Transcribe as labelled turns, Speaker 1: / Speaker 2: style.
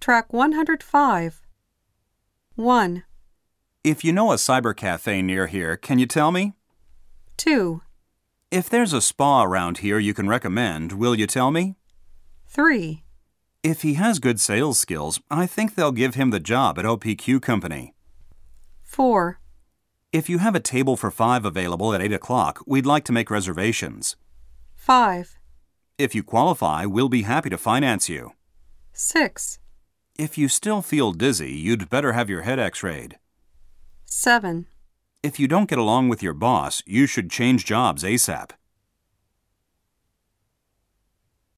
Speaker 1: Track 105. 1,
Speaker 2: If you know a cyber cafe near here, can you tell me?
Speaker 1: 2,
Speaker 2: If there's a spa around here you can recommend, will you tell me?
Speaker 1: 3,
Speaker 2: If he has good sales skills, I think they'll give him the job at OPQ Company.
Speaker 1: 4,
Speaker 2: If you have a table for five available at 8 o'clock, we'd like to make reservations.
Speaker 1: 5,
Speaker 2: If you qualify, we'll be happy to finance you.
Speaker 1: 6,
Speaker 2: If you still feel dizzy, you'd better have your head x rayed.
Speaker 1: 7.
Speaker 2: If you don't get along with your boss, you should change jobs ASAP.